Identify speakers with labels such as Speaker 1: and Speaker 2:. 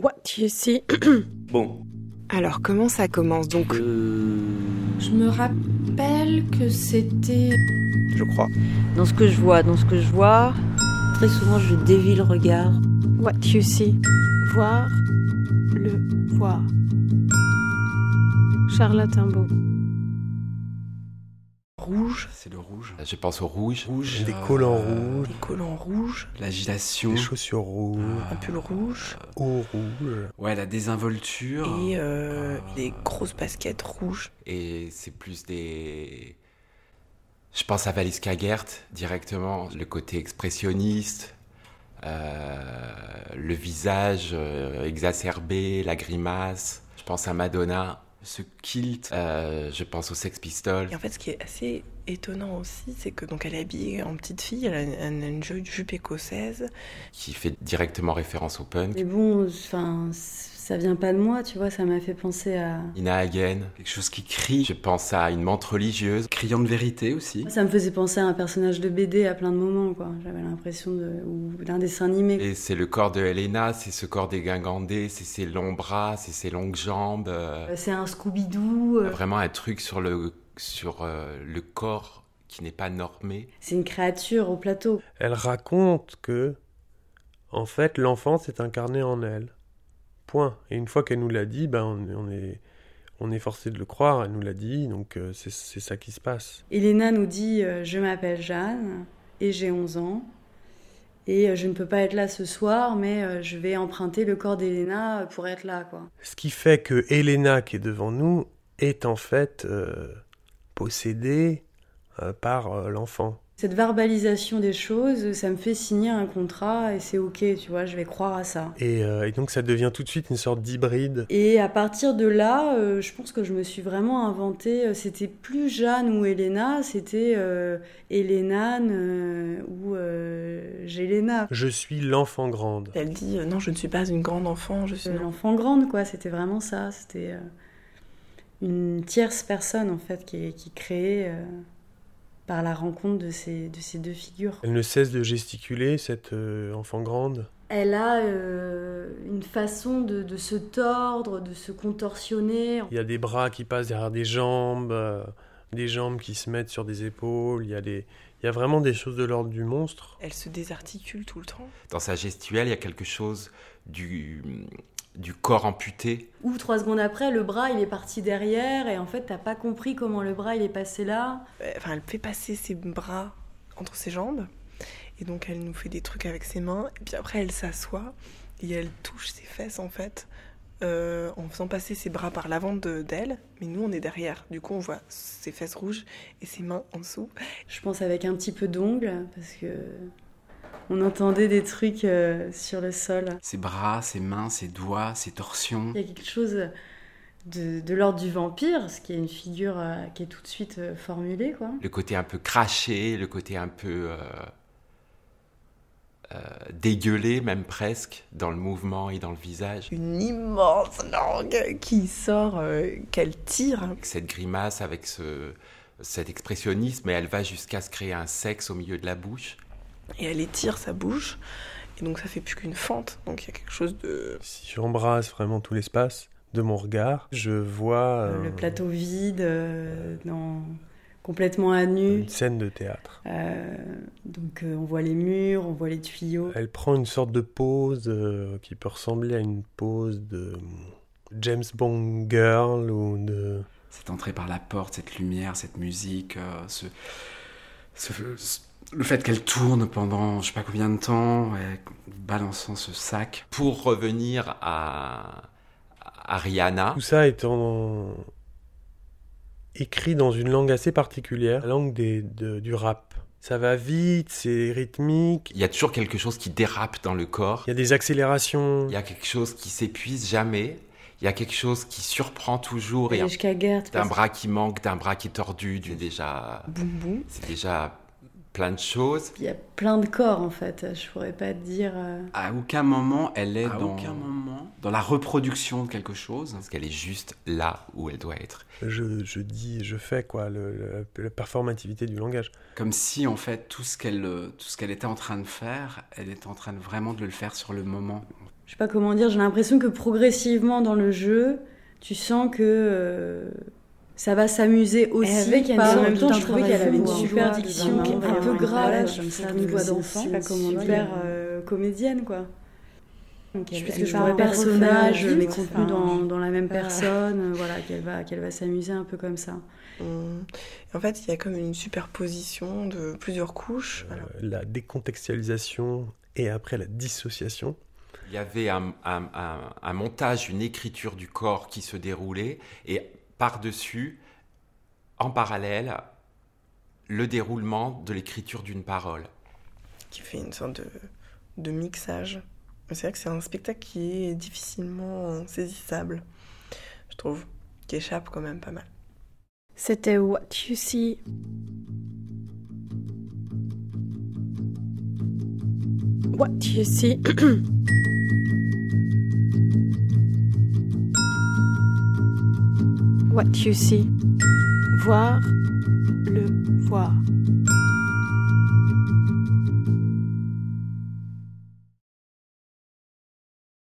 Speaker 1: What you see
Speaker 2: Bon.
Speaker 3: Alors comment ça commence donc
Speaker 4: Je me rappelle que c'était.
Speaker 2: Je crois.
Speaker 5: Dans ce que je vois, dans ce que je vois, très souvent je dévie le regard.
Speaker 1: What you see Voir le voir. Charlotte Imbeau.
Speaker 6: Rouge,
Speaker 7: C'est le rouge.
Speaker 8: Je pense au rouge.
Speaker 6: rouge,
Speaker 7: Des
Speaker 6: euh,
Speaker 7: collants rouges,
Speaker 6: des collants rouges,
Speaker 7: L'agitation.
Speaker 6: Des
Speaker 7: euh,
Speaker 6: chaussures rouges,
Speaker 2: Ah.
Speaker 6: un pull rouge,
Speaker 7: oh.
Speaker 6: haut rouge
Speaker 7: Ouais, la désinvolture.
Speaker 6: et euh,
Speaker 7: Ah.
Speaker 6: des grosses baskets rouges.
Speaker 7: Et c'est plus des. Je pense à Valis Kagert directement, le côté expressionniste, euh, le visage euh, exacerbé, la grimace. Je pense à Madonna, ce kilt. euh, je pense aux Sex Pistols.
Speaker 6: Et en fait, ce qui est assez étonnant aussi, c'est que donc elle est habillée en petite fille, elle a une, une- une jupe écossaise.
Speaker 7: qui fait directement référence au punk.
Speaker 9: Mais bon, enfin, ça vient pas de moi, tu vois, ça m'a fait penser à.
Speaker 7: Ina Hagen,
Speaker 8: Quelque chose qui crie.
Speaker 7: je pense à une menthe religieuse.
Speaker 8: Criant de vérité aussi.
Speaker 9: Ça me faisait penser à un personnage de BD à plein de moments, quoi. J'avais l'impression de. ou d'un dessin animé.
Speaker 7: Et c'est le corps de Helena, c'est ce corps dégingandé, c'est ses longs bras, c'est ses longues jambes. euh,
Speaker 9: Euh, C'est un Scooby-Doo, euh,
Speaker 7: Vraiment un truc sur le, sur, euh, le corps qui n'est pas normé.
Speaker 9: c'est une créature au plateau.
Speaker 10: Elle raconte que, en fait, l'enfant s'est incarné en elle. Point. Et une fois qu'elle nous l'a dit, ben, on, on est, on est forcé de le croire. Elle nous l'a dit, donc euh, c'est c'est ça qui se passe.
Speaker 9: Elena nous dit euh, Je m'appelle Jeanne et j'ai 11 ans. Et euh, je ne peux pas être là ce soir, mais euh, je vais emprunter le corps d'Elena euh, pour être là, quoi.
Speaker 10: Ce qui fait que Elena, qui est devant nous, est en fait euh, possédée euh, par euh, l'enfant.
Speaker 9: Cette verbalisation des choses, ça me fait signer un contrat et c'est ok, tu vois, je vais croire à ça.
Speaker 10: Et, euh, et donc ça devient tout de suite une sorte d'hybride.
Speaker 9: Et à partir de là, euh, je pense que je me suis vraiment inventée. euh, C'était plus Jeanne ou Elena, c'était euh, Elenane euh, ou euh, Jelena.
Speaker 10: Je suis l'enfant grande.
Speaker 6: Elle dit euh, non, je ne suis pas une grande enfant, je suis
Speaker 9: Euh, L'enfant grande, quoi. C'était vraiment ça. C'était euh, une tierce personne, en fait, qui est, qui est créée euh, par la rencontre de ces, de ces deux figures.
Speaker 10: Elle ne cesse de gesticuler, cette euh, enfant grande.
Speaker 9: Elle a euh, une façon de, de se tordre, de se contorsionner.
Speaker 10: Il y a des bras qui passent derrière des jambes, euh, des jambes qui se mettent sur des épaules. Il y a, des... il y a vraiment des choses de l'ordre du monstre.
Speaker 6: Elle se désarticule tout le temps.
Speaker 7: Dans sa gestuelle, il y a quelque chose du, du corps amputé.
Speaker 9: Ou trois secondes après, le bras il est parti derrière et en fait t'as pas compris comment le bras il est passé là.
Speaker 6: Euh, Enfin, elle fait passer ses bras entre ses jambes. Et donc, elle nous fait des trucs avec ses mains. Et puis après, elle s'assoit et elle touche ses fesses, en fait, euh, en faisant passer ses bras par l'avant de- d'elle. Mais nous, on est derrière. Du coup, on voit ses fesses rouges et ses mains en dessous.
Speaker 9: Je pense avec un petit peu d'ongle parce que on entendait des trucs euh, sur le sol.
Speaker 8: Ses bras, ses mains, ses doigts, ses torsions.
Speaker 9: Il y a quelque chose de, de l'ordre du vampire, ce qui est une figure euh, qui est tout de suite euh, formulée quoi.
Speaker 7: Le côté un peu craché, le côté un peu euh, euh, dégueulé même presque, dans le mouvement et dans le visage.
Speaker 6: Une immense langue qui sort, euh, qu'elle tire.
Speaker 7: avec cette grimace, avec ce, cet expressionnisme, et elle va jusqu'à se créer un sexe au milieu de la bouche.
Speaker 6: Et elle étire sa bouche. Et donc, ça fait plus qu'une fente. Donc, il y a quelque chose de.
Speaker 10: Si j'embrasse vraiment tout l'espace de mon regard, je vois
Speaker 9: Euh,
Speaker 10: euh,
Speaker 9: Le plateau vide, euh, dans- complètement à nu.
Speaker 10: une scène de théâtre.
Speaker 9: Euh, donc euh, on voit les murs, on voit les tuyaux.
Speaker 7: Euh,
Speaker 10: Elle prend une sorte de pose euh, qui peut ressembler à une pose de euh, James Bond Girl ou de...
Speaker 8: Cette entrée par la porte, cette lumière, cette musique, euh, ce, ce- ce- le fait qu'elle tourne pendant je sais pas combien de temps, et balançant ce sac.
Speaker 7: Pour revenir à, à Rihanna,
Speaker 10: Tout ça étant écrit dans une langue assez particulière, la langue des- de- du rap. Ça va vite, c'est rythmique,
Speaker 7: il y a toujours quelque chose qui dérape dans le corps,
Speaker 10: il y a des accélérations.
Speaker 7: il y a quelque chose qui s'épuise jamais, il y a quelque chose qui surprend toujours, et un,
Speaker 9: jusqu'à Gert.
Speaker 7: d'un bras qui manque, d'un bras qui est tordu, c'est déjà,
Speaker 6: Boum boum.
Speaker 7: c'est déjà plein de choses.
Speaker 9: Il y a plein de corps en fait, je pourrais pas te dire. euh,
Speaker 8: À aucun moment elle est
Speaker 7: À
Speaker 8: dans,
Speaker 7: aucun
Speaker 8: dans la reproduction de quelque chose.
Speaker 7: Parce qu'elle est juste là où elle doit être.
Speaker 10: Je, je dis, je fais quoi, le- le- la performativité du langage.
Speaker 8: Comme si en fait tout ce qu'elle euh, tout ce qu'elle était en train de faire, elle était en train de vraiment de le faire sur le moment.
Speaker 9: je sais pas comment dire, j'ai l'impression que progressivement dans le jeu, tu sens que euh, ça va s'amuser aussi.
Speaker 11: avec un
Speaker 9: par-
Speaker 11: énorme
Speaker 9: en même temps, je
Speaker 11: d'un
Speaker 9: trouvais
Speaker 11: travail
Speaker 9: qu'elle avait une
Speaker 11: fou, hein.
Speaker 9: super
Speaker 11: Joie,
Speaker 9: diction,
Speaker 11: dedans,
Speaker 9: un peu
Speaker 11: vraiment,
Speaker 9: grave,
Speaker 11: ouais,
Speaker 9: comme ça,
Speaker 11: comme
Speaker 9: une voix
Speaker 11: ça,
Speaker 9: d'enfant,
Speaker 11: c'est
Speaker 9: je sais pas comment
Speaker 11: super,
Speaker 9: super euh, comédienne quoi. Je pense que je vois un personnage, mais contenu
Speaker 11: hein.
Speaker 9: dans, dans la même
Speaker 6: Ah.
Speaker 9: personne, euh, voilà, qu'elle va, qu'elle va s'amuser un peu comme ça.
Speaker 6: Hum. En fait, il y a comme une superposition de plusieurs couches. Alors,
Speaker 10: Euh, La décontextualisation et après la dissociation.
Speaker 7: Il y avait un, un- un- un montage, une écriture du corps qui se déroulait et par-dessus, en parallèle, le déroulement de l'écriture d'une parole.
Speaker 6: qui fait une sorte de, de mixage. Mais C'est vrai que c'est un spectacle qui est difficilement saisissable, je trouve, qui échappe quand même pas mal.
Speaker 1: C'était What You See. What You See. What You See. Voir.